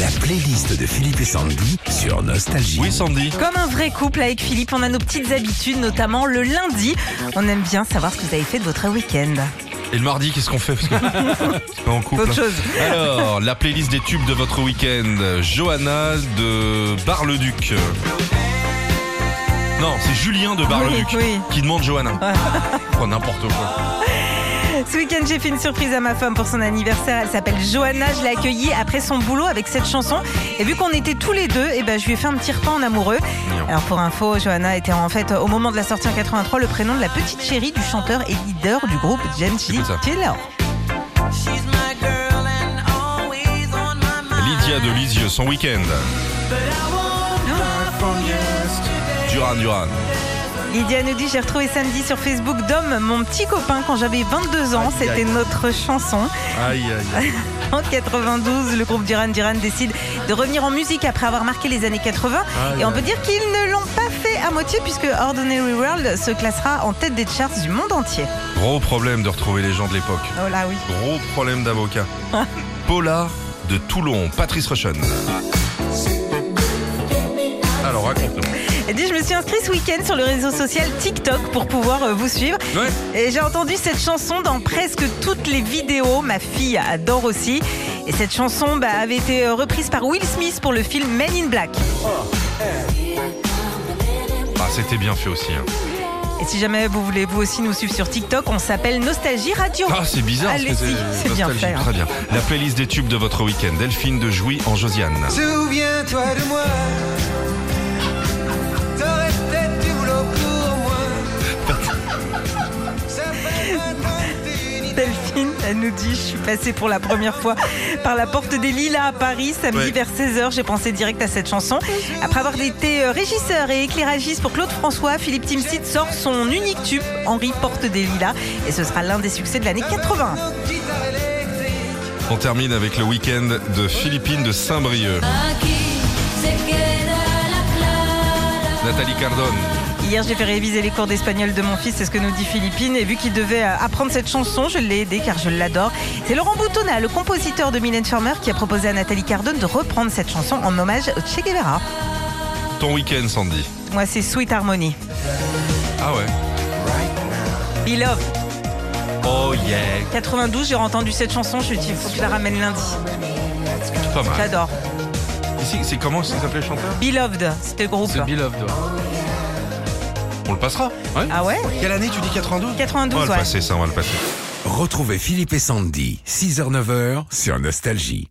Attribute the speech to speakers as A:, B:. A: La playlist de Philippe et Sandy sur Nostalgie.
B: Oui, Sandy.
C: Comme un vrai couple avec Philippe, on a nos petites habitudes, notamment le lundi. On aime bien savoir ce que vous avez fait de votre week-end.
B: Et le mardi, qu'est-ce qu'on fait Parce que c'est pas en couple.
C: Autre chose.
B: Alors, la playlist des tubes de votre week-end. Johanna de Bar-le-Duc. Non, c'est Julien de Bar-le-Duc
C: Oui, oui.
B: qui demande Johanna. Oh, n'importe quoi.
C: Ce week-end, j'ai fait une surprise à ma femme pour son anniversaire. Elle s'appelle Johanna. Je l'ai accueillie après son boulot avec cette chanson. Et vu qu'on était tous les deux, eh ben, je lui ai fait un petit repas en amoureux.
B: Mignon.
C: Alors, pour info, Johanna était en fait, au moment de la sortie en 83, le prénom de la petite chérie du chanteur et leader du groupe James Lee
B: Écoute ça.
C: Taylor.
D: She's my girl and always on my mind.
B: Lydia de Lisieux, son week-end. Duran Duran.
C: Lydia nous dit J'ai retrouvé samedi sur Facebook Dom, mon petit copain, quand j'avais 22 ans.
B: Aïe, aïe.
C: C'était notre chanson.
B: Aïe, aïe.
C: En 92, le groupe Duran Duran décide de revenir en musique après avoir marqué les années 80.
B: Aïe,
C: Et on
B: aïe.
C: peut dire qu'ils ne l'ont pas fait à moitié puisque Ordinary World se classera en tête des charts du monde entier.
B: Gros problème de retrouver les gens de l'époque.
C: Oh là oui.
B: Gros problème d'avocat. Paula de Toulon, Patrice Rochon. Alors, raconte-nous.
C: Elle dit Je me suis inscrite ce week-end sur le réseau social TikTok pour pouvoir euh, vous suivre.
B: Ouais.
C: Et j'ai entendu cette chanson dans presque toutes les vidéos. Ma fille adore aussi. Et cette chanson bah, avait été euh, reprise par Will Smith pour le film Men in Black.
B: Ah, c'était bien fait aussi. hein.
C: Et si jamais vous voulez vous aussi nous suivre sur TikTok, on s'appelle Nostalgie Radio.
B: Ah, c'est bizarre. parce que
C: Allez-y, c'est bien
B: nostalgique.
C: fait, hein.
B: Très bien. La playlist des tubes de votre week-end. Delphine de Jouy en Josiane.
E: Souviens-toi de moi. T'aurais peut-être du boulot pour moi. Ça fait maintenant une idée.
C: Delphine, elle nous dit Je suis passée pour la première fois par la porte des Lilas à Paris samedi
B: Ouais.
C: vers 16h. J'ai pensé direct à cette chanson. Après avoir été euh, régisseur et éclairagiste pour Claude François, Philippe Timsit sort son unique tube, Henri Porte des Lilas. Et ce sera l'un des succès de l'année 80.
E: Notre guitare électrique.
B: On termine avec le week-end de Philippines de Saint-Brieuc. Nathalie Cardone.
C: Hier, j'ai fait réviser les cours d'espagnol de mon fils, c'est ce que nous dit Philippine. Et vu qu'il devait euh, apprendre cette chanson, je l'ai aidé car je l'adore. C'est Laurent Boutonnat, le compositeur de Mylène Farmer, qui a proposé à Nathalie Cardone de reprendre cette chanson en hommage au Che Guevara.
B: Ton week-end, Sandy.
C: Moi, c'est Sweet Harmony.
B: Ah ouais.
C: Be Love.
B: Oh yeah.
C: 92, j'ai entendu cette chanson, je me suis dit, faut que je la ramène lundi.
B: C'est pas mal.
C: J'adore.
B: Ici, c'est comment ça s'appelait le chanteur
C: Beloved, c'était le groupe.
F: C'est Beloved.
B: On le passera.
C: Ah ouais
B: Quelle année tu dis 92 On
C: 92,
B: va le
C: ouais.
B: passer, ça, on va le passer.
A: Retrouvez Philippe et Sandy, 6h-9h sur Nostalgie.